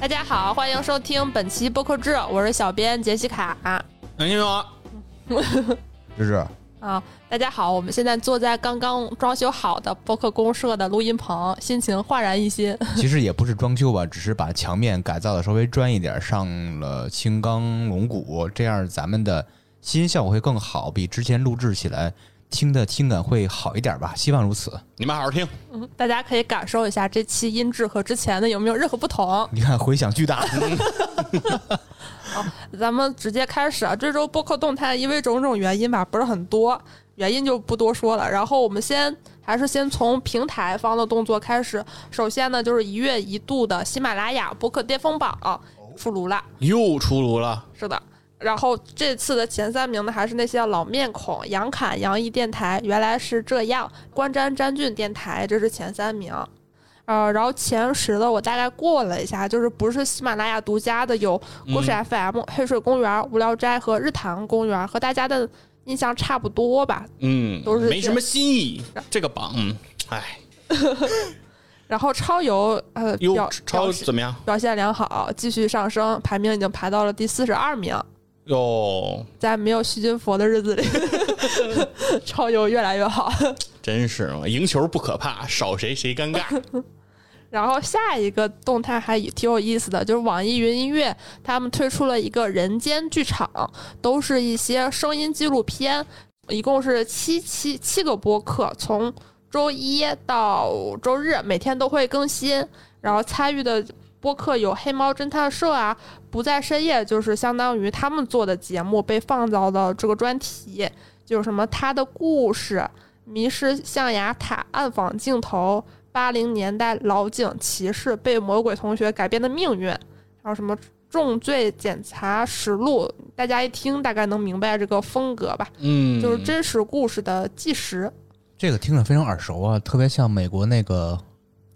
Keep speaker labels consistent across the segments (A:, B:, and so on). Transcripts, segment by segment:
A: 大家好，欢迎收听本期播客志，我是小编杰西卡。
B: 能听懂？
C: 芝 芝，
A: 啊，大家好，我们现在坐在刚刚装修好的播客公社的录音棚，心情焕然一新。
C: 其实也不是装修吧，只是把墙面改造的稍微专一点，上了青钢龙骨，这样咱们的音效果会更好，比之前录制起来听的听感 会好一点吧，希望如此。
B: 你们好好听。
A: 大家可以感受一下这期音质和之前的有没有任何不同。
C: 你看回响巨大，
A: 咱们直接开始啊！这周播客动态因为种种原因吧，不是很多，原因就不多说了。然后我们先还是先从平台方的动作开始。首先呢，就是一月一度的喜马拉雅播客巅峰榜、出炉了，
B: 又出炉了，
A: 是的。然后这次的前三名呢，还是那些老面孔，杨侃、杨毅电台，原来是这样，关詹、詹俊电台，这是前三名。呃，然后前十的我大概过了一下，就是不是喜马拉雅独家的有故事 FM、黑水公园、无聊斋和日坛公园，和大家的印象差不多吧。
B: 嗯，
A: 都是
B: 没什么新意。这个榜，嗯哎，
A: 然后超游呃
B: 又
A: 表
B: 超
A: 表现
B: 怎么样？
A: 表现良好，继续上升，排名已经排到了第四十二名。
B: 哟，
A: 在没有徐君佛的日子里， 超游越来越好。
B: 真是赢球不可怕， 少谁 谁尴尬。
A: 然后下一个动态还挺有意思的，就是网易云音乐他们推出了一个人间剧场，都是一些声音纪录片，一共是七期七个播客，从周一到周日每天都会更新。然后参与的播客有黑猫侦探社啊，不在深夜，就是相当于他们做的节目被放到了这个专题，就是什么他的故事、迷失象牙塔、暗访镜头。八零年代老警骑士被魔鬼同学改变的命运，还有什么重罪检查实录，大家一听大概能明白这个风格吧，
B: 嗯，
A: 就是真实故事的纪实。
C: 这个听着非常耳熟啊，特别像美国那个，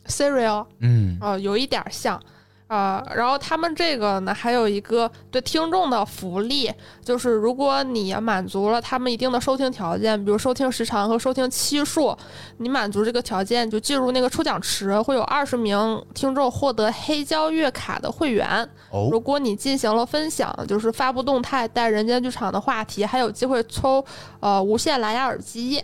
A: Serial
C: 嗯，
A: 呃，有一点儿像。呃，然后他们这个呢，还有一个对听众的福利，就是如果你满足了他们一定的收听条件，比如收听时长和收听期数，你满足这个条件就进入那个抽奖池，会有二十名听众获得黑胶月卡的会员。
C: 哦，
A: 如果你进行了分享，就是发布动态带人间剧场的话题，还有机会抽呃无线蓝牙耳机。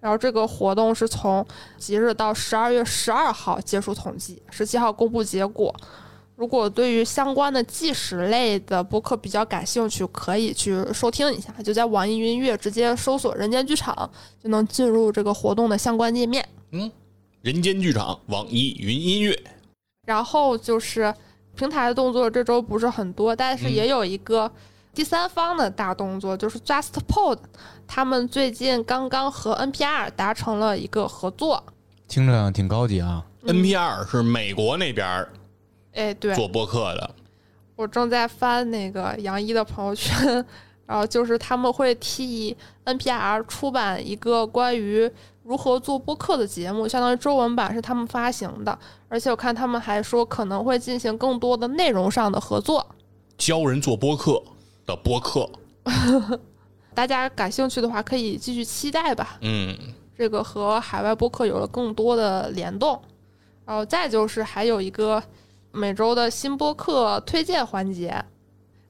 A: 然后这个活动是从即日到十二月十二号结束统计，十七号公布结果。如果对于相关的纪实类的播客比较感兴趣，可以去收听一下，就在网易云音乐直接搜索“人间剧场”，就能进入这个活动的相关页面。
B: 人间剧场，网易云音乐，
A: 然后就是平台的动作，这周不是很多，但是也有一个第三方的大动作，就是 JustPod，他们最近刚刚和 NPR 达成了一个合作。
C: 听着挺高级啊，
B: NPR 是美国那边
A: 哎，嗯对
B: 做播客的，
A: 我正在翻那个杨一的朋友圈，然后就是他们会替 NPR 出版一个关于如何做播客的节目，相当于中文版是他们发行的，而且我看他们还说可能会进行更多的内容上的合作。
B: 教人做播客的播客。
A: 大家感兴趣的话，可以继续期待吧。
B: 嗯，
A: 这个和海外播客有了更多的联动，然后再就是还有一个每周的新播客推荐环节，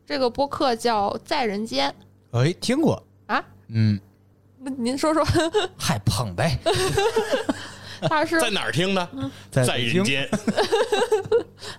A: 这个播客叫《在人间》
C: 哎，听过
A: 啊，
C: 嗯，
A: 那您说说
C: 还捧 呗，
A: 它是嗯
B: 在哪儿听的？
C: 在
B: 在
C: 北
B: 人
C: 京，
B: 间。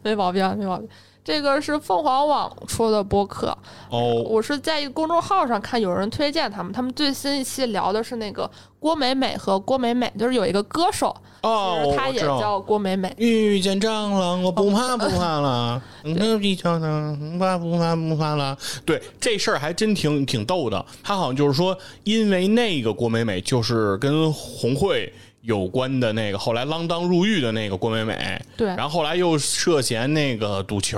A: 没毛病，啊没毛病。这个是凤凰网出的播客，
B: 哦，
A: 我是在一个公众号上看有人推荐他们，他们最新一期聊的是那个郭美美和郭美美，就是有一个歌手，
B: 哦，
A: 她
B: 我
A: 也
B: 知道
A: 叫郭美美。
B: 遇见蟑螂，我不怕不怕了。那遇蟑螂，不怕不怕不怕了。对这事儿还真挺挺逗的。他好像就是说，因为那个郭美美就是跟红会有关的那个，后来锒铛入狱的那个郭美美。
A: 对
B: 然后后来又涉嫌那个赌球，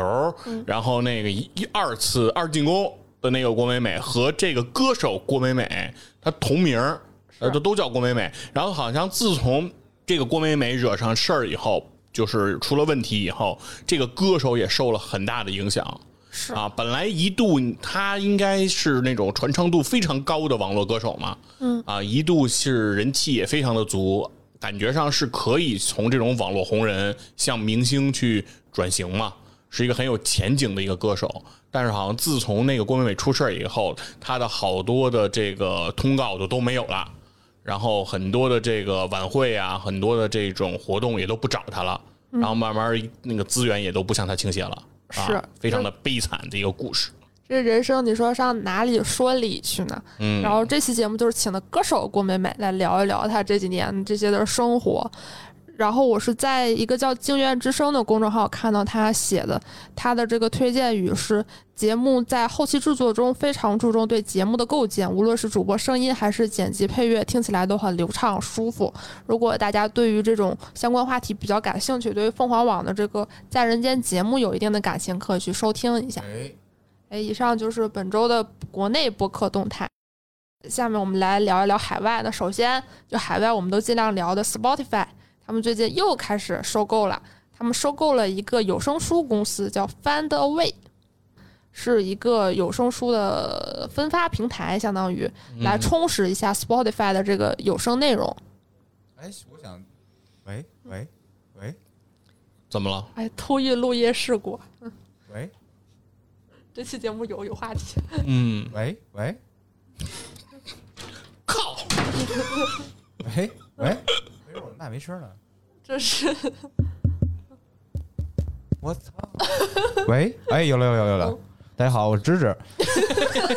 B: 然后那个一一二次二进宫的那个郭美美和这个歌手郭美美，她同名儿，呃，都都叫郭美美。然后好像自从这个郭美美惹上事儿以后，就是出了问题以后，这个歌手也受了很大的影响。
A: 是
B: 啊，本来一度他应该是那种传唱度非常高的网络歌手嘛，嗯啊，一度是人气也非常的足，感觉上是可以从这种网络红人向明星去转型嘛。是一个很有前景的一个歌手，但是好像自从那个郭美美出事儿以后，她的好多的这个通告就都没有了，然后很多的这个晚会啊，很多的这种活动也都不找她了，然后慢慢那个资源也都不向她倾斜了，
A: 是
B: 啊，非常的悲惨的一个故事。
A: 这人生你说上哪里说理去呢？
B: 嗯，
A: 然后这期节目就是请的歌手郭美美来聊一聊她这几年这些的生活。然后我是在一个叫“静院之声”的公众号看到她写的，她的这个推荐语是：节目在后期制作中非常注重对节目的构建，无论是主播声音还是剪辑配乐，听起来都很流畅舒服。如果大家对于这种相关话题比较感兴趣，对于凤凰网的这个《在人间》节目有一定的感情，可以去收听一下。
C: 哎，
A: 哎，以上就是本周的国内播客动态。下面我们来聊一聊海外的。首先，就海外我们都尽量聊的 Spotify，他们最近又开始收购了。他们收购了一个有声书公司，叫 Find Away，是一个有声书的分发平台，相当于来充实一下 Spotify 的这个有声内容。
C: 哎，我想，喂喂喂
B: 怎么了？
A: 哎，偷夜漏夜事故，
C: 喂
A: 这期节目有有话题。
B: 嗯，
C: 喂喂
B: 靠，
C: 喂喂，没事，我麦没声了，
A: 这是
C: 我操！ 喂，哎，有了有了有了，大家好，我是芝 芝。
B: 好，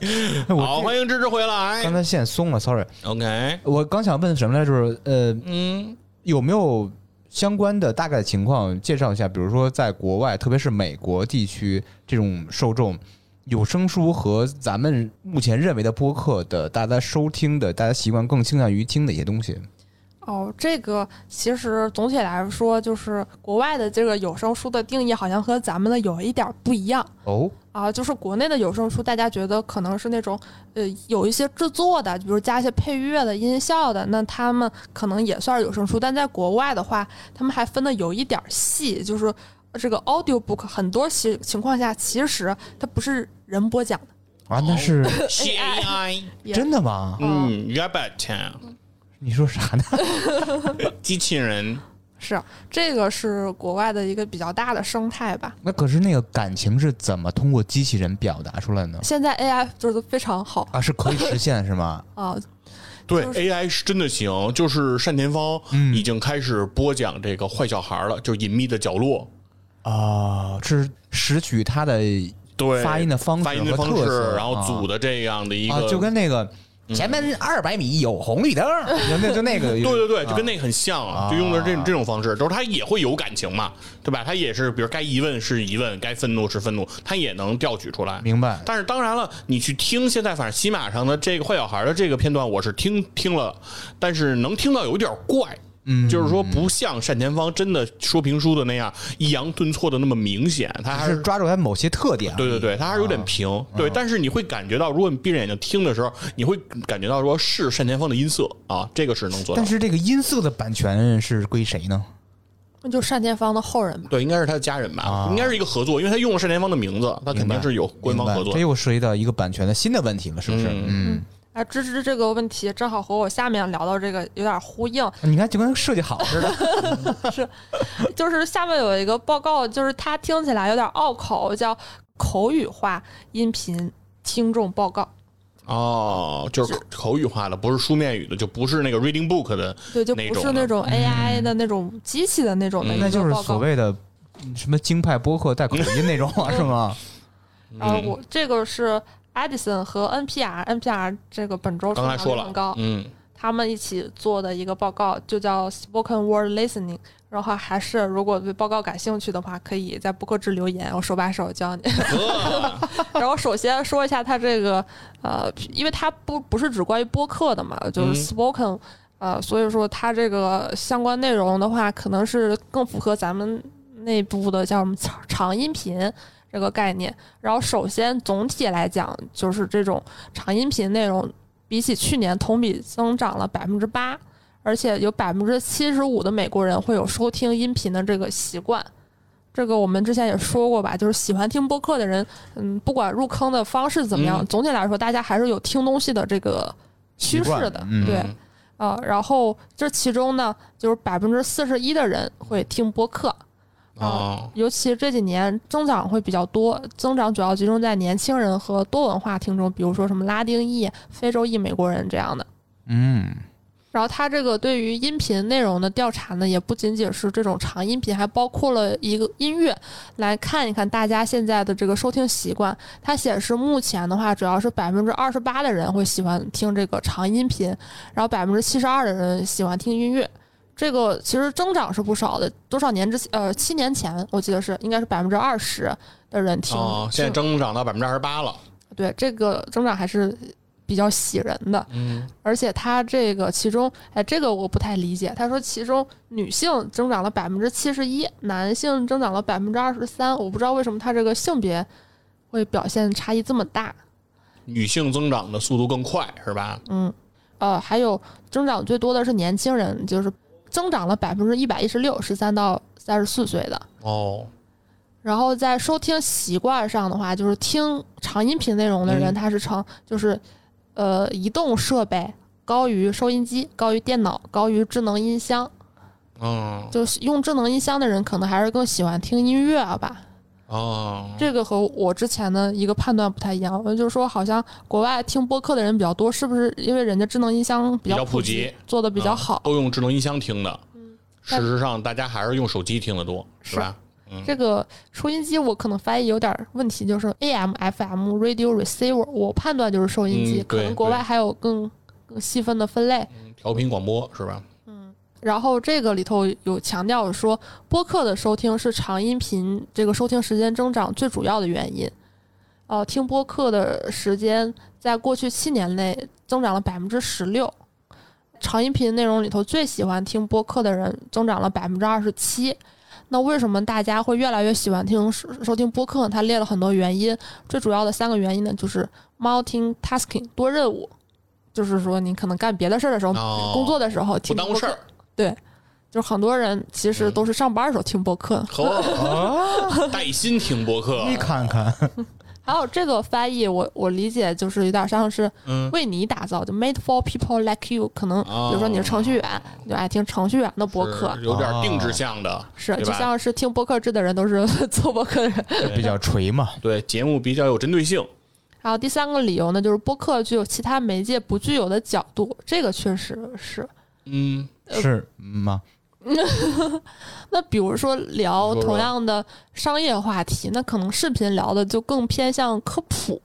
C: 哎我
B: 欢迎芝芝回来
C: 刚。才线松了，sorry。
B: OK，
C: 我刚想问什么来着？呃，
B: 嗯
C: 有没有相关的大概情况介绍一下？比如说，在国外，特别是美国地区，这种受众有声书和咱们目前认为的播客的大家收听的，大家习惯更倾向于听哪些东西？
A: 哦，这个其实总体来说，就是国外的这个有声书的定义好像和咱们的有一点儿不一样
C: 哦，
A: 啊。就是国内的有声书，大家觉得可能是那种呃有一些制作的，比如加一些配乐的、音效的，那他们可能也算是有声书。但在国外的话，他们还分的有一点儿细，就是这个 audiobook 很多情情况下其实它不是人播讲的，
C: 啊，那是
B: ，C A I，
A: 也
C: 真的
A: 哦
C: 吗？
B: 嗯 r a b b i t
C: 你说啥呢？
B: 机器人，
A: 是这个是国外的一个比较大的生态吧。
C: 那可是那个感情是怎么通过机器人表达出来呢？
A: 现在 AI 做的非常好
C: 啊，是可以实现是吗？
A: 啊，
B: 对
A: 就是
B: AI 是真的行，就是单田芳
C: 嗯
B: 已经开始播讲这个坏小孩了，就是隐秘的角落，
C: 啊，是拾取它的
B: 对
C: 发音的方式
B: 发音的
C: 和
B: 方
C: 特
B: 式，
C: 色
B: 然后组的这样的一
C: 啊
B: 个，，
C: 就跟那个嗯前面二百米有红绿灯，就那就那 个，对
B: 对对对，就跟那个很像，
C: 啊
B: 就用的这这种方式，就是他也会有感情嘛，对吧？他也是，比如该疑问是疑问，该愤怒是愤怒，他也能调取出来。
C: 明白
B: 但是当然了，你去听现在反正喜马上的这个坏小孩的这个片段，我是听听了，但是能听到有点怪，嗯，就是说不像单田芳真的说评书的那样抑扬顿挫的那么明显，他还
C: 是抓啊住它某些特点。
B: 对对对，它还是有点平，对。但是你会感觉到，如果你闭着眼睛听的时候，你会感觉到说是单田芳的音色啊，这个是能做到
C: 但。是这个音色的版权是归谁呢？
A: 那就单田芳的后人吧。
B: 对，应该是他的家人吧，应该是一个合作，因为他用了单田芳的名字，他肯定是有官方合
C: 啊明
B: 作
C: 白这
B: 的。
C: 又涉及到一个版权的新的问题了，是不是？嗯，
A: 哎，芝芝这个问题正好和我下面聊到这个有点呼应，
C: 你看就跟设计好似 的。
A: 就是下面有一个报告，就是它听起来有点拗口，叫口语化音频听众报告。
B: 哦，就是口口语化的，不是书面语的，就不是那个 reading book 的，
A: 对，就
B: 哪
A: 不
B: 种
A: 是
B: 呢嗯
A: 那种 AI 的那种机器的那种的一
C: 那
A: 个
C: 就是
A: 报
C: 所
A: 告。
C: 谓的嗯什么京派播客带口音那种啊，
A: 嗯
C: 是吗？
A: 然
B: 嗯
A: 后哦我这个是 Edison 和 NPR，NPR 这个本周
B: 刚才
A: 成长
B: 说
A: 率
B: 了
A: 很高，，
B: 嗯，
A: 他们一起做的一个报告，就叫 Spoken Word Listening。然后还是如果对报告感兴趣的话，可以在博客制留言，我手把手教你。
B: 呵
A: 然后首先说一下它这个呃，因为它不不是只关于播客的嘛，就
B: 嗯
A: 是 Spoken、呃，所以说它这个相关内容的话，可能是更符合咱们内部的叫什么长长音频这个概念。然后首先总体来讲，就是这种长音频内容比起去年同比增长了百分之八，而且有百分之七十五的美国人会有收听音频的这个习惯。这个我们之前也说过吧，就是喜欢听播客的人，嗯，不管入坑的方式怎么样，
B: 嗯
A: 总体来说，大家还是有听东西的这个 趋势
C: 习
A: 的
C: 惯，嗯
A: 对。啊、然后这其中呢，就是百分之四十一的人会听播客，
B: 啊，
A: 尤其这几年增长会比较多，增长主要集中在年轻人和多文化听众，比如说什么拉丁裔、非洲裔美国人这样的。
C: 嗯，
A: 然后它这个对于音频内容的调查呢，也不仅仅是这种长音频，还包括了一个音乐，来看一看大家现在的这个收听习惯。它显示目前的话，主要是百分之二十八的人会喜欢听这个长音频，然后百分之七十二的人喜欢听音乐。这个其实增长是不少的，多少年之前呃七年前我记得是应该是百分之二十的人听，
B: 啊，现在
A: 听
B: 增长到百分之二十八了，
A: 对这个增长还是比较喜人的。
B: 嗯，
A: 而且它这个其中，哎，这个我不太理解。他说其中女性增长了百分之七十一，男性增长了百分之二十三。我不知道为什么它这个性别会表现差异这么大。
B: 女性增长的速度更快是吧？
A: 嗯，呃，还有增长最多的是年轻人，就是增长了百分之一百一十六，十三到三十四岁的。
B: 哦，
A: 然后在收听习惯上的话，就是听长音频内容的人，
B: 嗯
A: 他是成就是呃移动设备高于收音机，高于电脑，高于智能音箱。
B: 嗯，
A: 就是用智能音箱的人，可能还是更喜欢听音乐吧。
B: 嗯哦，
A: 这个和我之前的一个判断不太一样，我就是说，好像国外听播客的人比较多，是不是因为人家智能音箱比
B: 比
A: 较
B: 较普
A: 及，
B: 及
A: 做的比较
B: 啊
A: 好？嗯
B: 都用智能音箱听的。
A: 但
B: 事实上，大家还是用手机听的多，是吧？
A: 这个收音机我可能翻译有点问题，就是 AM、FM、Radio Receiver，我判断就是收音机，
B: 嗯
A: 可
B: 对
A: 能国外还有更更细分的分类。
B: 调频广播是吧？
A: 然后这个里头有强调说，播客的收听是长音频这个收听时间增长最主要的原因。呃，听播客的时间在过去七年内增长了百分之十六，长音频内容里头最喜欢听播客的人增长了百分之二十七。那为什么大家会越来越喜欢听收收听播客呢？他列了很多原因，最主要的三个原因呢，就是 multitasking 多任务，就是说你可能干别的事儿的时候，
B: 哦
A: 嗯工作的时候
B: 不
A: 听
B: 耽误
A: 播
B: 事
A: 客
B: 儿，
A: 就是很多人其实都是
B: 嗯
A: 上班的时候听播客。
C: 啊
B: 和带薪听播客，
C: 你看看，
A: 还有这个翻译我，我理解就是有点像是
B: 嗯，
A: 为你打造，就 made for people like you。可能
B: 哦
A: 比如说你是程序员，你就爱听程序员的播客
B: 是，有点定制向的，
A: 是
B: 对
A: 就
B: 吧？
A: 像是听播客制的人都是 做播客的人。
C: 比较锤嘛。
B: 对节目比较有针对性，
A: 还有第三个理由呢，就是播客具有其他媒介不具有的角度，这个确实是。
B: 嗯，
C: 是吗？
A: 那比如说聊
B: 你说说
A: 同样的商业话题，那可能视频聊的就更偏向科普，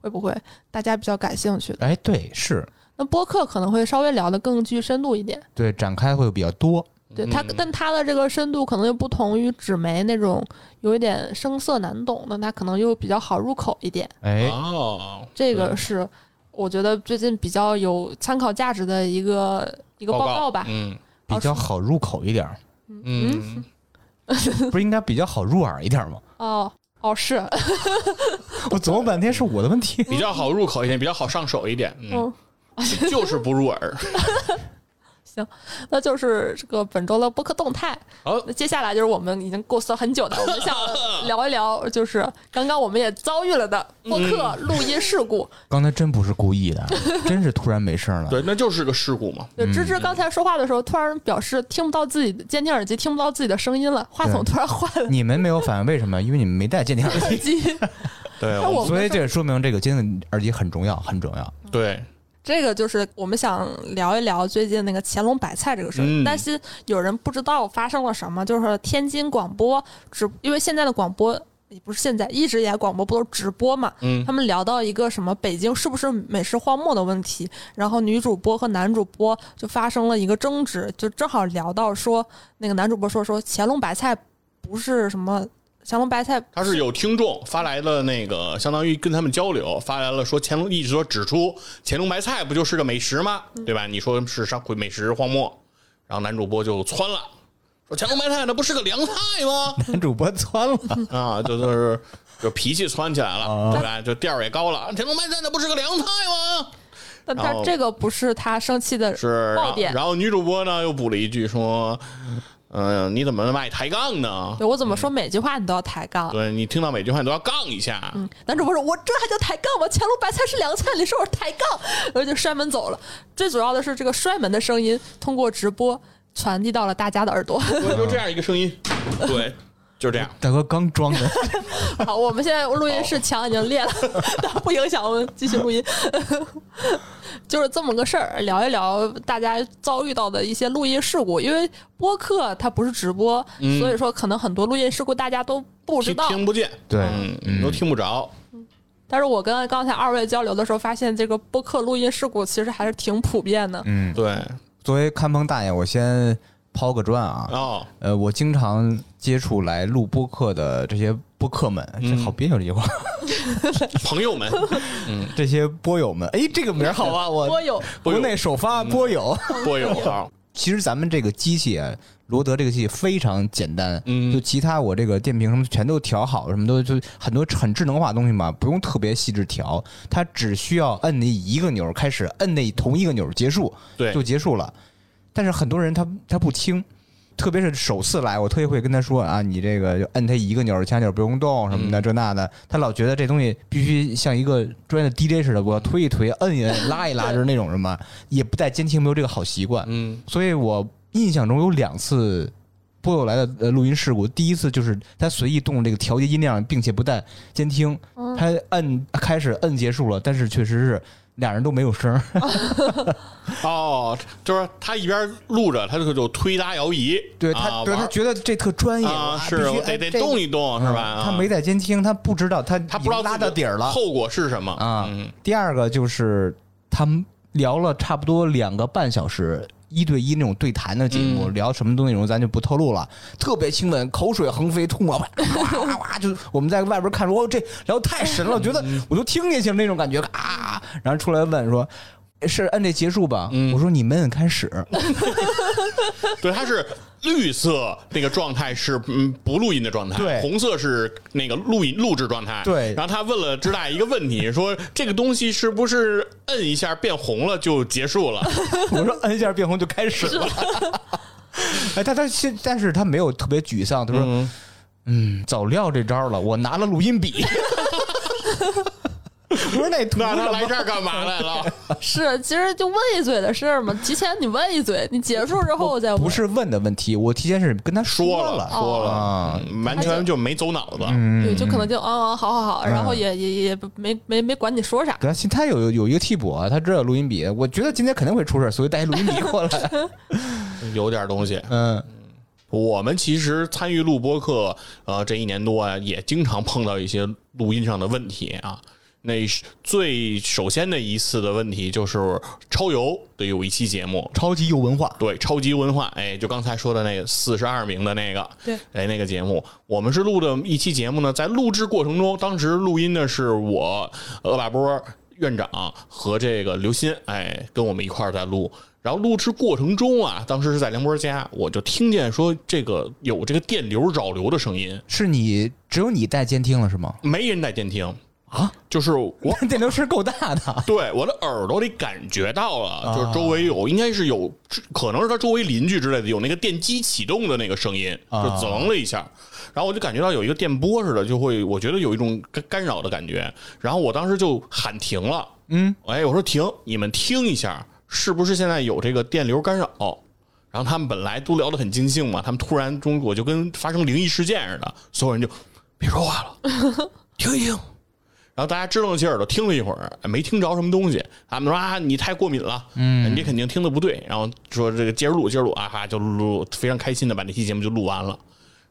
A: 会不会大家比较感兴趣？
C: 哎，对，是
A: 那播客可能会稍微聊得更具深度一点，
C: 对，展开会比较多。
A: 对它，
B: 嗯
A: 但它的这个深度可能又不同于纸媒那种有一点生涩难懂的，它可能又比较好入口一点。
C: 哎，
B: 哦，
A: 这个是我觉得最近比较有参考价值的一个一个报告吧。
B: 嗯
C: 比较好入口一点 儿，
B: 嗯，
C: 不是应该比较好入耳一点儿吗？
A: 哦哦是，
C: 我琢磨半天是我的问 题。
B: 比较好入口一点，比较好上手一点，嗯，
A: 嗯，
B: 就是不入耳。
A: 那就是这个本周的播客动态。
B: 好
A: 那接下来就是我们已经构思很久的，我们 想聊一聊，就是刚刚我们也遭遇了的播客
B: 嗯
A: 录音事故。
C: 刚才真不是故意 的，真是突然没声儿了。
B: 对，那就是个事故嘛。
A: 对，芝芝刚才说话的时候，突然表示听不到自己的监听耳机，听不到自己的声音了，话筒突然换了
C: 你们没有反应，为什么？因为你们没戴监听 耳
A: 耳
C: 机，
A: 机。
B: 对
A: 那我们
C: 所以这也说明这个监听耳机很重要，很重要。
B: 对，
A: 这个就是我们想聊一聊最近那个乾隆白菜这个事儿，
B: 嗯
A: 但是有人不知道发生了什么，就是天津广播直，因为现在的广播也不是现在，一直以来广播不都是直播嘛，
B: 嗯
A: 他们聊到一个什么北京是不是美食荒漠的问题，然后女主播和男主播就发生了一个争执，就正好聊到说那个男主播说说乾隆白菜不是什么乾隆白菜
B: 他是有听众发来的那个，相当于跟他们交流，发来了说乾隆一直说指出乾隆白菜不就是个美食吗？对吧？你说是上回美食荒漠，然后男主播就窜了，说乾隆白菜那不是个凉菜吗？
C: 男 主播窜了，
B: 啊，就就是就脾气窜起来了，
C: 啊
B: 对吧？就调儿也高了，乾隆白菜那不是个凉菜吗？
A: 但
B: 然
A: 他
B: 后
A: 这个不是他生气的
B: 哦是，然
A: 爆
B: 后
A: 点。
B: 然后女主播呢又补了一句说，嗯、你怎么那么爱抬杠呢？
A: 对我怎么说每句话你都要抬杠？
B: 对你听到每句话你都要杠一下，
A: 男主播说：“我这还叫抬杠吗？乾隆白菜是凉菜，你说我是抬杠？”然后就摔门走了。最主要的是，这个摔门的声音通过直播传递到了大家的耳朵。
B: 我就这样一个声音，对，就这样。
C: 大哥刚装 的，
A: 好，我们现在录音室墙已经裂了， 但不影响我们继续录音。 就是这么个事儿，聊一聊大家遭遇到的一些录音事故。因为播客它不是直播，
B: 嗯
A: 所以说可能很多录音事故大家都不知
B: 听
A: 道。
B: 听不见，
C: 对
B: 嗯，你都听不着。
A: 但是我跟刚才二位交流的时候，发现这个播客录音事故其实还是挺普遍的。
C: 嗯，
B: 对，
C: 作为看棚大爷，我先抛个砖啊，
B: 哦，
C: 呃，我经常接触来录播客的这些播客们，
B: 嗯
C: 这好别扭这句话，
B: 朋友们，
C: 这些播友们，哎，这个名儿 好吧，我
A: 播友，
B: 播
C: 国
B: 友
C: 内首发播友。嗯
B: 播友号，
C: 其实咱们这个机器啊，罗德这个机器非常简单，
B: 嗯
C: 就其他我这个电瓶什么全都调好了，什么都就很多很智能化的东西嘛，不用特别细致调，它只需要摁那一个钮儿开始，摁那同一个钮儿结束，
B: 对
C: 就结束了。但是很多人他他不听，特别是首次来，我特意会跟他说啊，你这个就摁他一个钮儿，其他钮儿不用动什么的，这那的，他老觉得这东西必须像一个专业的 DJ 似的，我推一推，摁一摁，拉一拉，就是那种什么，也不带监听，没有这个好习惯。
B: 嗯
C: 所以我印象中有两次波友来的呃录音事故，第一次就是他随意动这个调节音量，并且不带监听，他摁开始摁结束了，但是确实是俩人都没有声儿，
B: 哦，就是他一边录着，他就就推拉摇移，
C: 对
B: 啊
C: 他对
B: 玩
C: 他觉得这特专业
B: 啊，
C: 哇
B: 是
C: 必须
B: 得
C: 哎
B: 得
C: 这个嗯
B: 动一动是吧？啊
C: 他没带监听，他不知道他
B: 他不知道
C: 已经拉
B: 自己
C: 到底儿了
B: 后果是什么
C: 啊
B: 嗯。
C: 第二个就是他们聊了差不多两个半小时。一对一那种对谈的节目，
B: 嗯
C: 聊什么东西内容咱就不透露了，特别兴奋，口水横飞，吐沫哇哇哇哇，就我们在外边看说，哦，这聊太神了，觉得
B: 嗯
C: 我都听进去了那种感觉啊，然后出来问说，是按这结束吧？
B: 嗯
C: 我说你们摁开始，
B: 对，它是绿色那个状态是嗯不录音的状态，
C: 对
B: 红色是那个录音录制状态，
C: 对
B: 然后他问了知大一个问题，说这个东西是不是摁一下变红了就结束了？
C: 我说摁一下变红就开始了。 哎，他他现，但是他没有特别沮丧，他说：“嗯，早料这招了，我拿了录音 笔。”我说那图
B: 那他
C: 什
B: 来
C: 么？
B: 这儿干嘛来了？
A: 是，其实就问一嘴的事儿嘛。提前你问一嘴，你结束之后再问。
C: 不是问的问题，我提前是跟他
B: 说
C: 了，
A: 哦
B: 说了
C: 啊，
B: 嗯完全就没走脑子。
A: 对，就可能就嗯嗯，好好好，然后也也也不没没没管你说啥。
C: 对，他他有有一个替补啊，他知道有录音笔，我觉得今天肯定会出事儿，所以带录音笔过来。
B: 有点东西。
C: 嗯，
B: 我们其实参与录播课，呃，这一年多啊，也经常碰到一些录音上的问题啊。那是最首先的一次的问题就是超游的有一期节目，
C: 超级有文化，
B: 对，超级文化，哎，就刚才说的那个四十二名的那个，
A: 对，
B: 哎，那个节目，我们是录的一期节目呢，在录制过程中，当时录音的是我鄂把波院长和这个刘鑫，哎，跟我们一块儿在录。然后录制过程中啊，当时是在梁波家，我就听见说这个有这个电流扰流的声音，
C: 是你只有你带监听了是吗？
B: 没人带监听，
C: 啊，
B: 就是我
C: 我 电流声够大的，
B: 对，我的耳朵里感觉到
C: 啊
B: 了，就是周围有，应该是有，可能是他周围邻居之类的，有那个电机启动的那个声音，就
C: 啊
B: 噌了一下，然后我就感觉到有一个电波似的，就会我觉得有一种干干扰的感觉，然后我当时就喊停了，
C: 嗯，
B: 哎，我说停，你们听一下，是不是现在有这个电流干扰？然后他们本来都聊得很尽兴嘛，他们突然中我就跟发生灵异事件似的，所有人就别说话了， 听一听。然后大家支棱起耳朵听了一会儿，哎没听着什么东西。他们说啊，你太过敏了，嗯，你肯定听的不对。然后说这个接着录，接着录啊哈，就录，非常开心的把这期节目就录完了。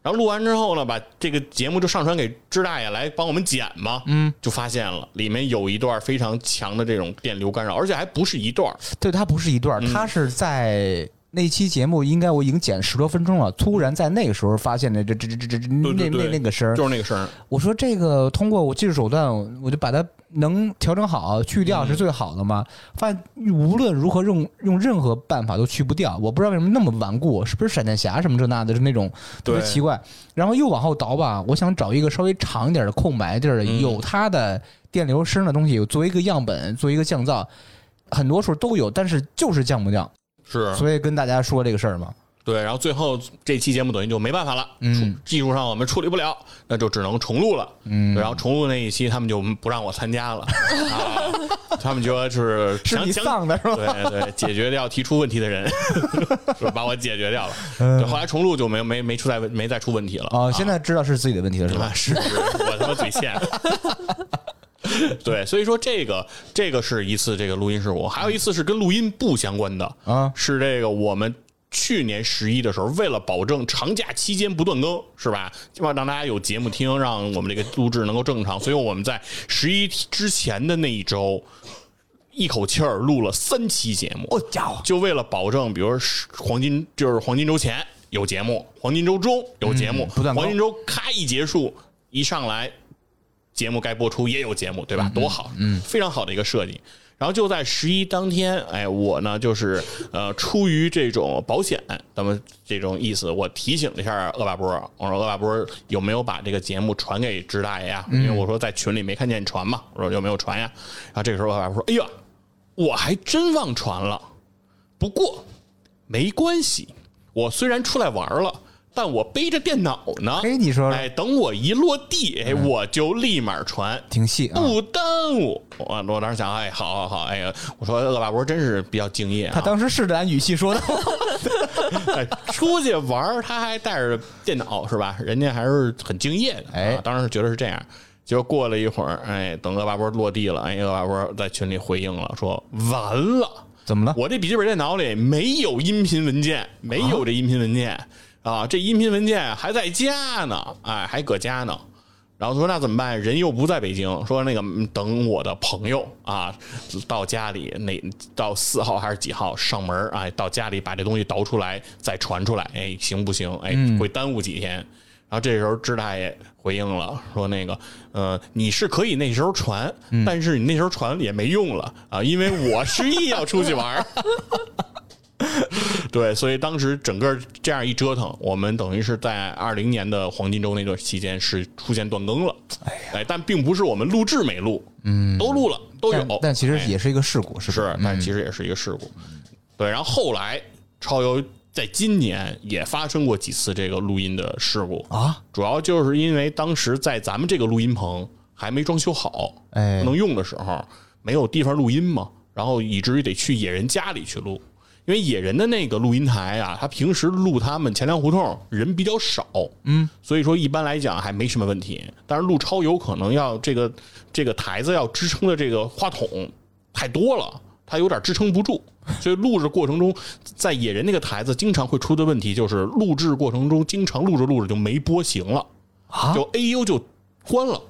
B: 然后录完之后呢，把这个节目就上传给支大爷来帮我们剪嘛，嗯，就发现了里面有一段非常强的这种电流干扰，而且还不是一段儿，
C: 对，它不是一段儿，它是在那期节目，应该我已经剪十多分钟了，突然在那个时候发现的这这这这这
B: 对对
C: 那
B: 对
C: 那那个声儿
B: 就，是那个声儿。
C: 我说这个通过我技术手段，我就把它能调整好去掉是最好的嘛。发现无论如何用用任何办法都去不掉，我不知道为什么那么顽固，是不是闪电侠什么这那的，就那种特别
B: 对
C: 奇怪。然后又往后倒吧，我想找一个稍微长一点的空白地儿，
B: 嗯
C: 有它的电流声的东西，作为一个样本，作为一个降噪，很多时候都有，但是就是降不掉。
B: 是
C: 所以跟大家说这个事儿嘛，
B: 对，然后最后这期节目等于就没办法了，
C: 嗯
B: 处技术上我们处理不了，那就只能重录了。
C: 嗯
B: 然后重录那一期他们就不让我参加 了，啊、他们觉得是
C: 是
B: 想
C: 你
B: 想
C: 丧的是吧？
B: 对对，解决掉提出问题的 人，是把我解决掉了。对，后来重录就没没没出再没再出问题了。
C: 嗯哦，现在知道是自己的问题了是吧
B: 啊，？是是，我他妈嘴欠。 对，所以说这个这个是一次这个录音事故，还有一次是跟录音不相关的，
C: 啊，
B: 是这个我们去年十一的时候，为了保证长假期间不断更，是吧？希望让大家有节目听，让我们这个录制能够正常，所以我们在十一之前的那一周，一口气儿录了三期节目。
C: 哦家伙，
B: 就为了保证，比如说是黄金就是黄金周前有节目，黄金周中有节目，
C: 不断更
B: 黄金周咔一结束，一上来节目该播出也有节目，对吧？多好，嗯，非常好的一个设计。然后就在十一当天，哎，我呢就是呃，出于这种保险，咱们这种意思，我提醒了一下恶霸波，我说恶霸波有没有把这个节目传给直大爷呀？因为我说在群里没看见你传嘛，我说有没有传呀？然后这个时候恶霸波说：“哎呀，我还真忘传了。”不过没关系，我虽然出来玩了，但我背着电脑呢。
C: 哎你说说嗯
B: 哎，等我一落地，哎，我就立马传。
C: 挺细啊，
B: 不耽误我，我当时想，哎，好好好，哎呀，我说恶霸波真是比较敬业
C: 他
B: 啊，
C: 当时是按语 气说的，
B: 哎出去玩儿他还带着电脑是吧？人家还是很敬业的，
C: 哎
B: 啊当时觉得是这样。结果过了一会儿，哎，等恶霸波落地了，哎，恶霸波在群里回应了，说完了。
C: 怎么了？
B: 我这笔记本电脑里没有音频文件，没有这音频文件啊，这音频文件还在家呢，哎，还搁家呢。然后说那怎么办？人又不在北京，说那个嗯等我的朋友啊到家里哪到四号还是几号上门儿哎到家里把这东西倒出来再传出来哎行不行哎会耽误几天。然后这时候支大爷回应了，说那个，呃，你是可以那时候传，但是你那时候传也没用了啊，因为我失忆要出去玩儿。 对，所以当时整个这样一折腾，我们等于是在二零年的黄金周那段期间是出现断更了。哎，但并不是我们录制没录，嗯，都录了，都有
C: 但。但其实
B: 哎
C: 也是一个事故，是
B: 是
C: 吧，嗯
B: 但其实也是一个事故。对，然后后来超游在今年也发生过几次这个录音的事故
C: 啊，
B: 主要就是因为当时在咱们这个录音棚还没装修好，
C: 哎
B: 不能用的时候，没有地方录音嘛，然后以至于得去野人家里去录。因为野人的那个录音台啊，他平时录他们钱粮胡同人比较少，嗯，所以说一般来讲还没什么问题。但是录超有可能要这个这个台子要支撑的这个话筒太多了，它有点支撑不住，所以录制过程中，在野人那个台子经常会出的问题就是，录制过程中经常录着录着就没波形了，
C: 啊
B: 就 AU 就关了，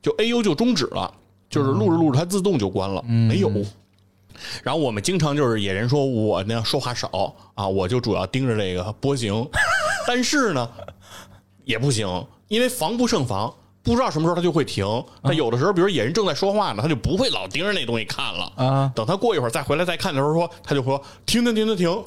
B: 就 AU 就终止了，就是录着录着它自动就关了，
C: 嗯
B: 没有。然后我们经常就是野人说我呢说话少啊，我就主要盯着这个波形， 但是呢也不行，因为防不胜防，不知道什么时候它就会停。
C: 啊
B: 但有的时候，比如野人正在说话呢，他就不会老盯着那东西看了。
C: 啊，
B: 等他过一会儿再回来再看的时候说，他就说停停停停停，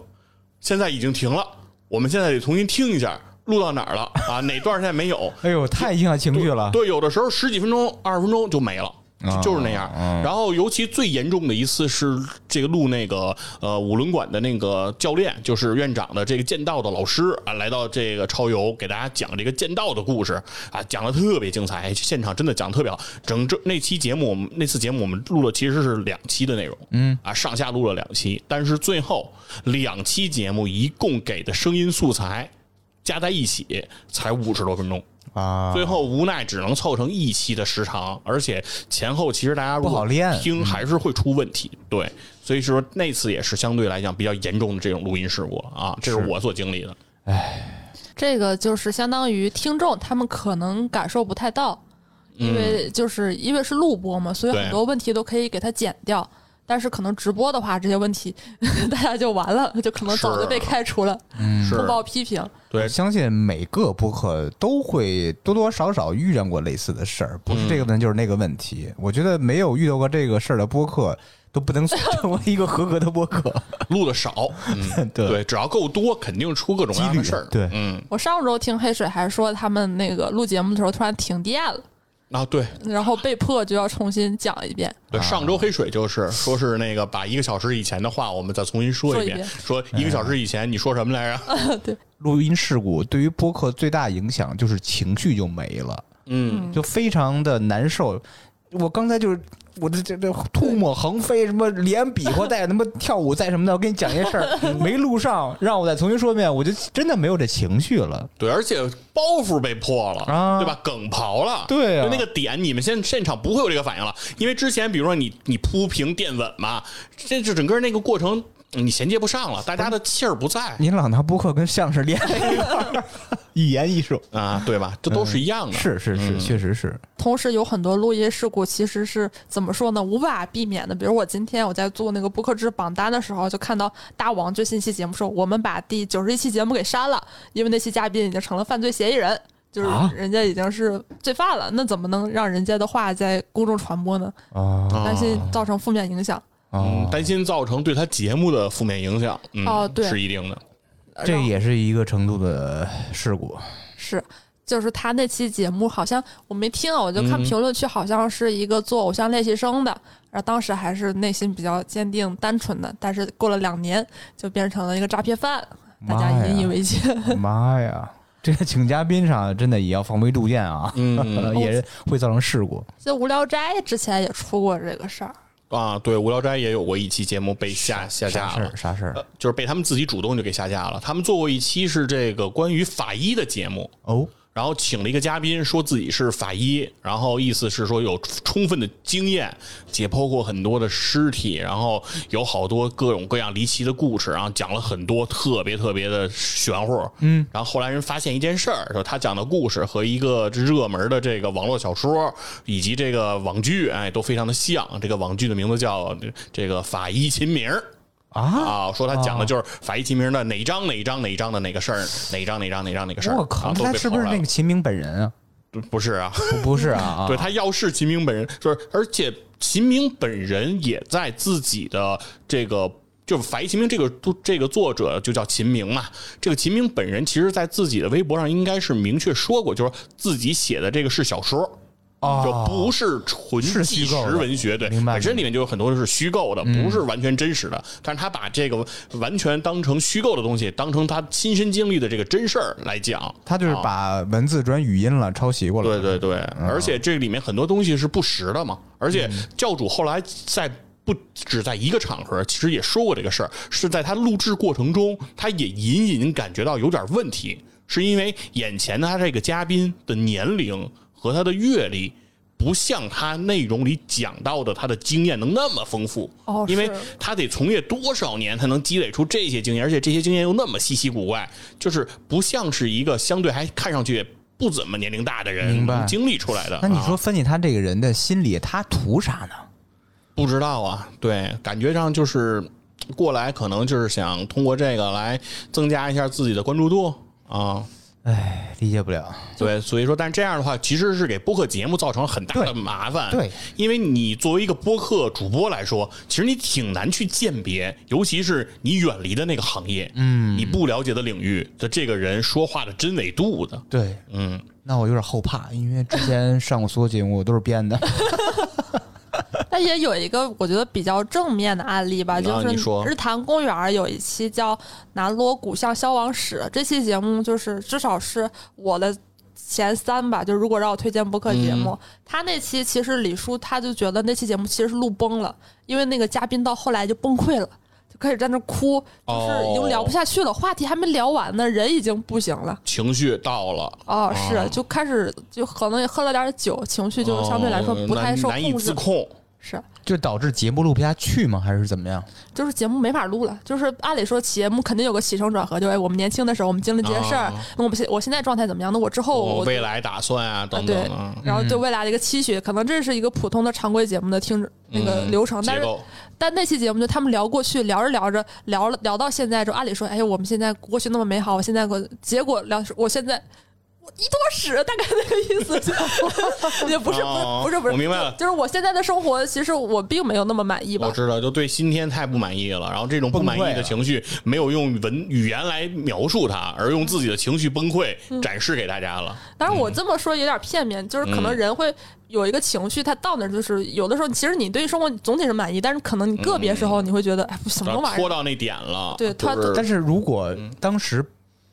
B: 现在已经停了，我们现在得重新听一下，录到哪儿了啊？哪段现在没有？
C: 哎呦，太影响情绪了，
B: 对，有的时候十几分钟、二十分钟就没了。就就是那样，然后尤其最严重的一次是这个录那个呃五轮馆的那个教练，就是院长的这个剑道的老师啊，来到这个超游给大家讲这个剑道的故事啊，讲的特别精彩，现场真的啊讲得特别好。整这那期节目，我们那次节目我们录了其实是两期的内容，嗯啊上下录了两期，但是最后两期节目一共给的声音素材加在一起才五十多分钟。
C: 啊，
B: 最后无奈只能凑成一期的时长，而且前后其实大家如
C: 不好
B: 果
C: 练嗯
B: 听还是会出问题。对，所以说那次也是相对来讲比较严重的这种录音事故啊，这是我所经历的。
A: 这个就是相当于听众他们可能感受不太到，因为就是因为是录播嘛，所以
B: 嗯对
A: 很多问题都可以给它剪掉。但是可能直播的话，这些问题 大家就完了，就可能早就被
B: 是
A: 开除了，
C: 嗯
B: 是
A: 通报批评。
B: 对
C: 我相信每个播客都会多多少少遇见过类似的事儿，不是这个问题就是那个问题。我觉得没有遇到过这个事儿的播客都不能成为一个合格的播客。
B: 录的少，嗯
C: 对
B: 对，只要够多，肯定出各种各样的事儿。
C: 几率对
B: 嗯，
A: 我上周听黑水还说他们那个录节目的时候突然停电了，
B: 啊，对
A: 然后被迫就要重新讲一遍。
B: 对，
C: 啊
B: 上周黑水就是说是那个把一个小时以前的话，我们再重新说一
A: 说一
B: 遍，
A: 遍
B: 说一个小时以前你说什么来着？
A: 对，
C: 录音事故对于播客最大影响就是情绪就没了，
B: 嗯，
C: 就非常的难受。我刚才就是我这这这吐沫横飞，什么连比划带他妈跳舞带什么的，我跟你讲一事儿，没录上，让我再重新说一遍，我就真的没有这情绪了。
B: 对，而且包袱被破了，
C: 啊
B: 对吧？梗刨了，
C: 对啊
B: 就那个点，你们现现场不会有这个反应了，因为之前比如说你你铺平垫稳嘛，这就整个那个过程你衔接不上了，大家的气儿不在
C: 您老拿播客跟相声连在一块儿， 语言艺术
B: 啊，对吧？这都是一样的，
C: 嗯是是是，确实是。
A: 同时有很多录音事故，其实是怎么说呢，无法避免的。比如我今天我在做那个播客制榜单的时候，就看到大王最新一期节目说，我们把第九十一期节目给删了，因为那期嘉宾已经成了犯罪嫌疑人，就是
C: 啊
A: 人家已经是罪犯了，那怎么能让人家的话在公众传播呢？
C: 啊
B: 啊
A: 担心造成负面影响。
B: 嗯
C: 啊，，
B: 担心造成对他节目的负面影响，嗯，
A: 哦对
B: 是一定的。
C: 这
A: 然后
C: 也是一个程度的事故。
A: 是，就是他那期节目好像我没听啊，我就看
B: 嗯
A: 评论区好像是一个做偶像练习生的，然后当时还是内心比较坚定单纯的，但是过了两年就变成了一个诈骗犯，大
C: 妈
A: 家
C: 呀
A: 引以为 戒。
C: 妈呀，这个请嘉宾上真的也要防微杜渐啊，
B: 嗯
C: 也是会造成事故。
A: 这无聊斋之前也出过这个事儿，
B: 啊，对，《无聊斋》也有过一期节目被下下
C: 啥
B: 架
C: 事
B: 了
C: 儿？，呃啥事儿？
B: 就是被他们自己主动就给下架了。他们做过一期是这个关于法医的节目，
C: 哦，
B: 然后请了一个嘉宾，说自己是法医，然后意思是说有充分的经验，解剖过很多的尸体，然后有好多各种各样离奇的故事，然后讲了很多特别特别的玄乎。嗯，然后后来人发现一件事儿，说他讲的故事和一个热门的这个网络小说以及这个网剧，哎，都非常的像。这个网剧的名字叫这个《法医秦明》。
C: 啊，
B: 啊，说他讲的就是法医秦明的哪一章哪一章哪一章的哪个事儿，哪一章哪一章哪一章哪个事儿。
C: 我靠，
B: 啊都
C: 他
B: 被
C: 是
B: 刨
C: 不是
B: 出来
C: 那个
B: 了
C: 秦明本人啊？
B: 不不是啊？
C: 不不是啊，
B: 对他要是秦明本人，就是而且秦明本人也在自己的这个。就是法医秦明这个这个作者就叫秦明嘛，这个秦明本人其实在自己的微博上应该是明确说过，就是自己写的这个是小说，
C: 啊，
B: 就
C: 哦
B: 不是纯
C: 是
B: 纪
C: 虚
B: 实
C: 构的
B: 文学，对，
C: 明白嗯
B: 本身里面就有很多是虚构的，不是完全真实的。但是他把这个完全当成虚构的东西，当成他亲身经历的这个真事儿来讲。
C: 他就是
B: 啊
C: 把文字转语音了，抄袭过来。嗯
B: 对对对，而且这里面很多东西是不实的嘛。而且教主后来在不只在一个场合，其实也说过这个事儿，是在他录制过程中，他也隐隐感觉到有点问题，是因为眼前的他这个嘉宾的年龄和他的阅历。不像他内容里讲到的，他的经验能那么丰富
A: 哦
B: 因为
A: 是
B: 他得从业多少年才能积累出这些经验，而且这些经验又那么稀奇古怪，就是不像是一个相对还看上去不怎么年龄大的人
C: 明白
B: 能经历出来的。
C: 那你
B: 啊
C: 说分析他这个人的心理，他图啥呢？
B: 不知道啊？对，感觉上就是过来，可能就是想通过这个来增加一下自己的关注度啊。
C: 哎，理解不了。
B: 对，所以说，但这样的话，其实是给播客节目造成了很大的
C: 对
B: 麻烦。
C: 对，
B: 因为你作为一个播客主播来说，其实你挺难去鉴别，尤其是你远离的那个行业，嗯，你不了解的领域的这个人说话的真伪度的，
C: 对，
B: 嗯，
C: 那我有点后怕，因为之前上过所有节目我都是 编的。
A: 但也有一个我觉得比较正面的案例吧，就
B: 你
A: 是
B: 说
A: 日坛公园有一期叫《南锣鼓巷消亡史》，这期节目就是至少是我的。前三吧，就如果让我推荐播客节
B: 嗯
A: 目，他那期其实李叔他就觉得那期节目其实是录崩了，因为那个嘉宾到后来就崩溃了，就开始在那哭，
B: 哦
A: 就是已经聊不下去了，话题还没聊完呢，人已经不行了。
B: 情绪到了。
A: 哦，
B: 哦
A: 是，就开始就可能也喝了点酒，情绪就相对来说
B: 哦
A: 不太
B: 难
A: 受
B: 难以
A: 控
B: 自
A: 制，
B: 控。
A: 是。
C: 就导致节目录不下去吗？还是怎么样？
A: 就是节目没法录了，就是按理说节目肯定有个起承转合，就哎，我们年轻的时候我们经历这些事儿，
B: 啊
A: 那我们现我现在状态怎么样？那我之后
B: 我
A: 哦我
B: 哦未来打算啊，等等
A: 对
B: 啊，
A: 然后就未来的一个期许，可能这是一个普通的常规节目的听那个
B: 嗯
A: 流程，但
B: 结
A: 是
B: 构
A: 但那期节目就他们聊过去，聊着聊着聊了聊到现在之后，按理说，哎，我们现在过去那么美好，我现在过结果聊我现在一坨屎，大概那个意思 就，也不是不是
B: 哦
A: 不是不是，
B: 我明白了
A: 就就是我现在的生活，其实我并没有那么满意吧
B: 我。知道，就对新天太不满意了，然后这种不
A: 啊
B: 满意
C: 崩溃
B: 的
C: 了
B: 情绪没有用文语言来描述它，而用自己的情绪崩溃
A: 嗯
B: 展示给大家了。
A: 当然，我
B: 嗯
A: 这么说有点片面，就是可能人会有一个情绪，他到那儿就是有的时候，其实你对生活总体是满意，但是可能你个别时候
B: 嗯
A: 你会觉得，哎，不什么
B: 然后
A: 玩意
B: 戳
A: 儿，
B: 到那点了，
A: 对
B: 就
A: 他
B: 是
C: 但是如果
B: 嗯
C: 当时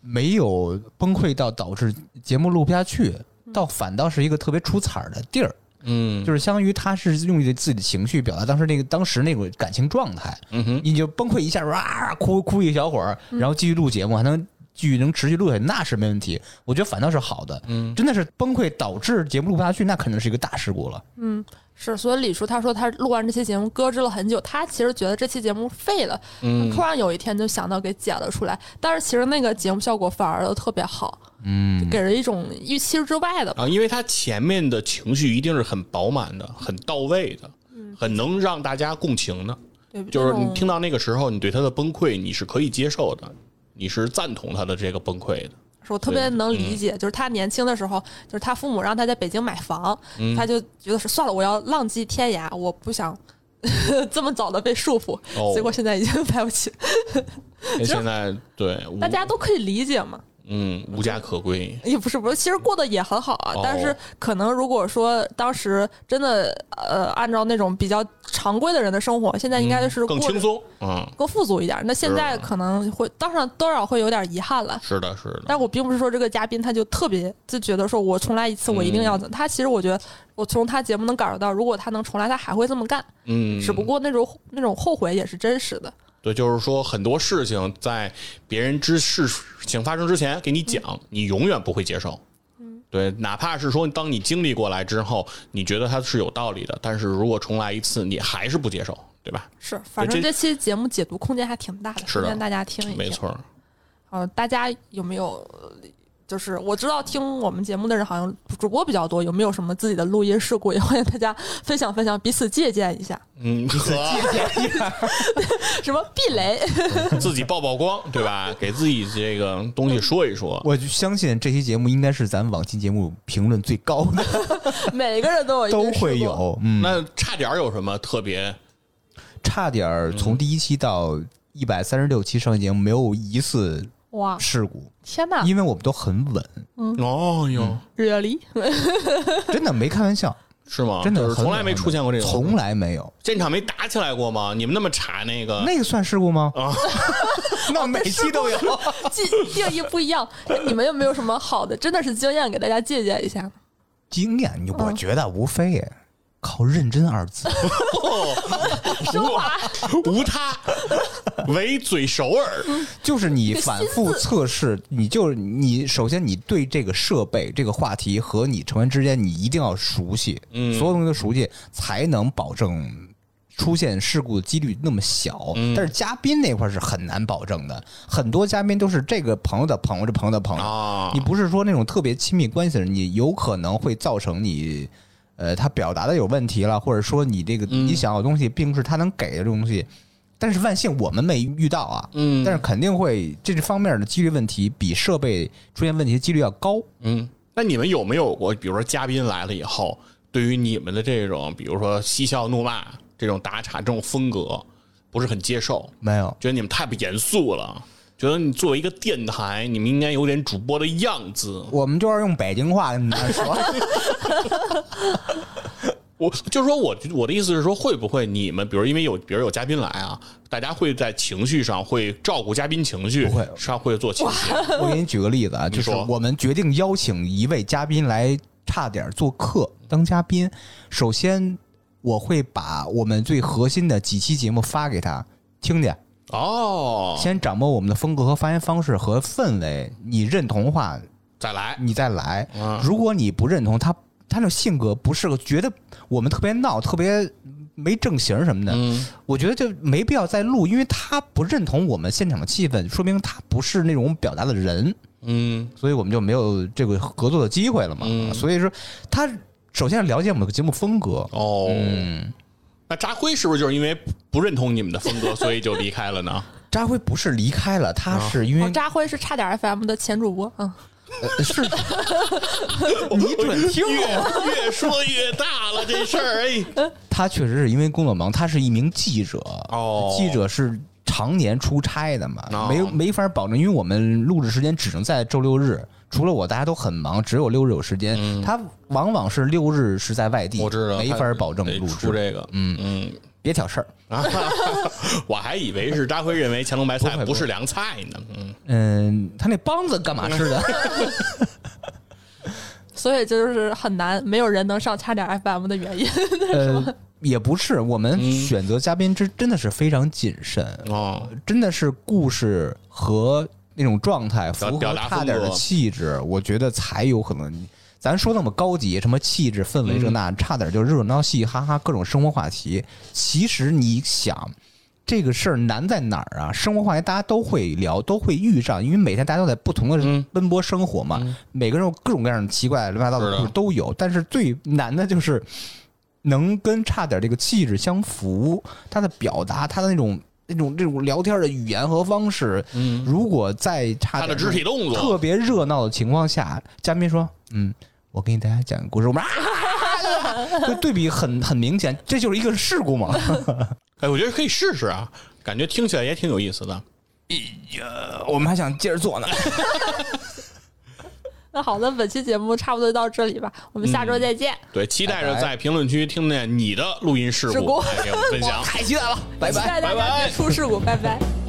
C: 没有崩溃到导致节目录不下去，倒反倒是一个特别出彩儿的地儿，
B: 嗯
C: 就是相当于他是用自己的情绪表达当时那个当时那个感情状态，
B: 嗯哼，
C: 你就崩溃一下，哇，哭哭一小会儿，然后继续录节目，还能继续能持续录下去，那是没问题。我觉得反倒是好的，嗯，真的是崩溃导致节目录不下去，那肯定是一个大事故了。
A: 是。所以李叔他说他录完这期节目搁置了很久，他其实觉得这期节目废了，
B: 嗯
A: 突然有一天就想到给剪了出来，但是其实那个节目效果反而都特别好，
C: 嗯，
A: 给人一种预期之外的吧。
B: 啊，因为他前面的情绪一定是很饱满的、很到位的、
A: 嗯
B: 很能让大家共情的。
A: 对
B: 就是
A: 那
B: 你
A: 种
B: 听到那个时候，你对他的崩溃你是可以接受的，你是赞同他的这个崩溃 的。
A: 是我特别
B: 嗯
A: 能理解，就是他年轻的时候，就是他父母让他在北京买房，
B: 嗯
A: 他就觉得是算了，我要浪迹天涯，我不想 这么早的被束缚，
B: 哦
A: 结果现在已经 买不起，
B: 那现在对无
A: 大家都可以理解嘛，
B: 嗯无家可归，
A: 也不是不是，其实过得也很好啊，
B: 哦
A: 但是可能如果说当时真的呃按照那种比较常规的人的生活，现在应该是过
B: 更
A: 得
B: 轻松。嗯，
A: 更富足一点，那现在
B: 是啊
A: 可能会当然多少会有点遗憾了，
B: 是的，是的。
A: 但我并不是说这个嘉宾他就特别就觉得说我重来一次我一定要
B: 嗯
A: 怎、他其实我觉得我从他节目能感受到，如果他能重来，他还会这么干，
B: 嗯，
A: 只不过那种那种后悔也是真实的。
B: 对，就是说很多事情在别人之事情发生之前给你讲，你永远不会接受。对，哪怕是说当你经历过来之后，你觉得它是有道理的，但是如果重来一次，你还是不接受，对吧？
A: 是，反正
B: 这
A: 这期节目解读空间还挺大的，
B: 是的
A: 推荐大家听一听。
B: 没错儿，
A: 呃，大家有没有？呃就是我知道听我们节目的人好像主播比较多，有没有什么自己的录音事故？也欢迎大家分享分享，彼此借鉴一下。
B: 嗯，
A: 什么避雷？
B: 自己曝曝光，对吧？给自己这个东西说一说。
C: 我就相信这期节目应该是咱往期节目评论最高 的，
A: 每个人都有一个
C: 都
A: 事
C: 会
A: 故。
C: 有。嗯，
B: 那差点儿有什么特别？
C: 差点儿从第一期到一百三十六期上一节目没有一次
A: 哇！
C: 事故，
A: 天
B: 嗯
A: 哪，
C: 因为我们都很 稳，
B: 哦哟，
A: 热力
C: 真的没开玩笑，
B: 是吗？
C: 真的
B: 啊就是
C: 很
B: 从来
C: 稳
B: 没
C: 很
B: 出
C: 稳
B: 现过这种，
C: 从来没有。
B: 现场没打起来过吗？你们那么查那个？
C: 那个算事故吗？ 哦
B: 啊
C: 那每期都有。
A: 定定义不一样，你们有没有什么好的？真的是经验给大家借鉴一下。
C: 经验，你
B: 嗯
C: 我觉得无非也靠认真二字。
B: 无无他，唯嘴首尔。
C: 就是你反复测试，你就是你首先你对这个设备、这个话题和你成员之间，你一定要熟悉，
B: 嗯
C: 所有东西都熟悉，才能保证出现事故的几率那么小。
B: 嗯
C: 但是嘉宾那块儿是很难保证的，很多嘉宾都是这个朋友的朋友，这朋友的朋友，
B: 啊
C: 你不是说那种特别亲密关系的人，你有可能会造成你。呃，他表达的有问题了，或者说你这个
B: 嗯
C: 你想要的东西，并不是他能给的这种东西。但是万幸我们没遇到啊，
B: 嗯
C: 但是肯定会这方面的几率问题比设备出现问题的几率要高。
B: 嗯，那你们有没有过，比如说嘉宾来了以后，对于你们的这种，比如说嬉笑怒骂这种打岔这种风格，不是很接受，
C: 没有，
B: 觉得你们太不严肃了，觉得你作为一个电台，你们应该有点主播的样子。
C: 我们就是用北京话跟大家说，
B: 我就是说我我的意思是说，会不会你们，比如因为有，比
C: 嗯
B: 如有嘉宾来啊，大家会在情绪上会照顾嘉宾情绪，
C: 不会
B: 上会做情绪。
C: 我给你举个例子啊，
B: 你
C: 就是
B: 说
C: 我们决定邀请一位嘉宾来差点做客当嘉宾。首先，我会把我们最核心的几期节目发给他听听，
B: 啊哦，
C: 先掌握我们的风格和发言方式和氛围。你认同的话，
B: 再来，
C: 你再来
B: 嗯。
C: 如果你不认同他，他那性格不适合，觉得我们特别闹，特别没正形什么的，
B: 嗯
C: 我觉得就没必要再录，因为他不认同我们现场的气氛，说明他不是那种表达的人，
B: 嗯
C: 所以我们就没有这个合作的机会了嘛。
B: 嗯
C: 所以说，他首先要了解我们的节目风格。
B: 哦，那扎辉是不是就是因为不认同你们的风格，所以就 离开了呢？
C: 扎辉不是离开了，他是因为
A: 哦哦，扎辉是差点 FM 的前主播，嗯，
C: 呃 是你准听
B: 越
C: 我。
B: 越说越大了这事儿，哎，
C: 他确实是因为工作忙，他是一名记者。
B: 哦
C: 记者是常年出差的嘛，
B: 哦
C: 没没法保证，因为我们录制时间只能在周六日，除了我，大家都很忙，只有六日有时间。他往往是六日是在外地，
B: 嗯我知道，
C: 没法保证
B: 得
C: 录
B: 出
C: 制。
B: 这个，嗯嗯。
C: 别挑事儿。
B: 啊，我还以为是大辉认为乾隆白
C: 不
B: 菜
C: 会不
B: 不
C: 会
B: 是凉菜呢。嗯，
C: 嗯，他那梆子干嘛吃的？
A: 所以这就是很难，没有人能上差点 FM 的原因。
C: 呃，也不是，我们
B: 嗯
C: 选择嘉宾之真的是非常谨慎，
B: 哦，
C: 真的是故事和那种状
B: 表
C: 态符合
B: 表达
C: 差
B: 风
C: 点的
B: 格
C: 气质，我觉得才有可能。咱说那么高级，什么气质、氛围这
B: 嗯
C: 那，差点就热闹、嘻嘻哈哈，各种生活话题。其实你想，这个事儿难在哪儿啊？生活话题大家都会聊，都会遇上，因为每天大家都在不同的
B: 嗯
C: 奔波生活嘛，每个人有各种各样的奇怪、乱七八糟的故
B: 是
C: 事
B: 的
C: 都有。但是最难的就是能跟差点这个气质相符，他的表达，他的那种那种这种聊天的语言和方式，
B: 嗯，
C: 如果在差
B: 他的
C: 点
B: 肢体动
C: 特
B: 作，
C: 别热闹的情况下，嘉宾说：“嗯，我给你大家讲个故事。”我们啊， 就对比很很明显，这就是一个事故嘛。
B: 哎，我觉得可以试试啊，感觉听起来也挺有意思的。
C: 呃我们还想接着做呢。
A: 那好，那本期节目差不多就到这里吧，我们下
C: 嗯
A: 周再见。
B: 对，期待着
C: 拜拜
B: 在评论区听见你的录音事哎
A: 事故
B: 故，来给我们分享。
C: 太期待了，拜
A: 期
C: 拜。
A: 待大家
B: 拜拜
A: 别出事故，拜拜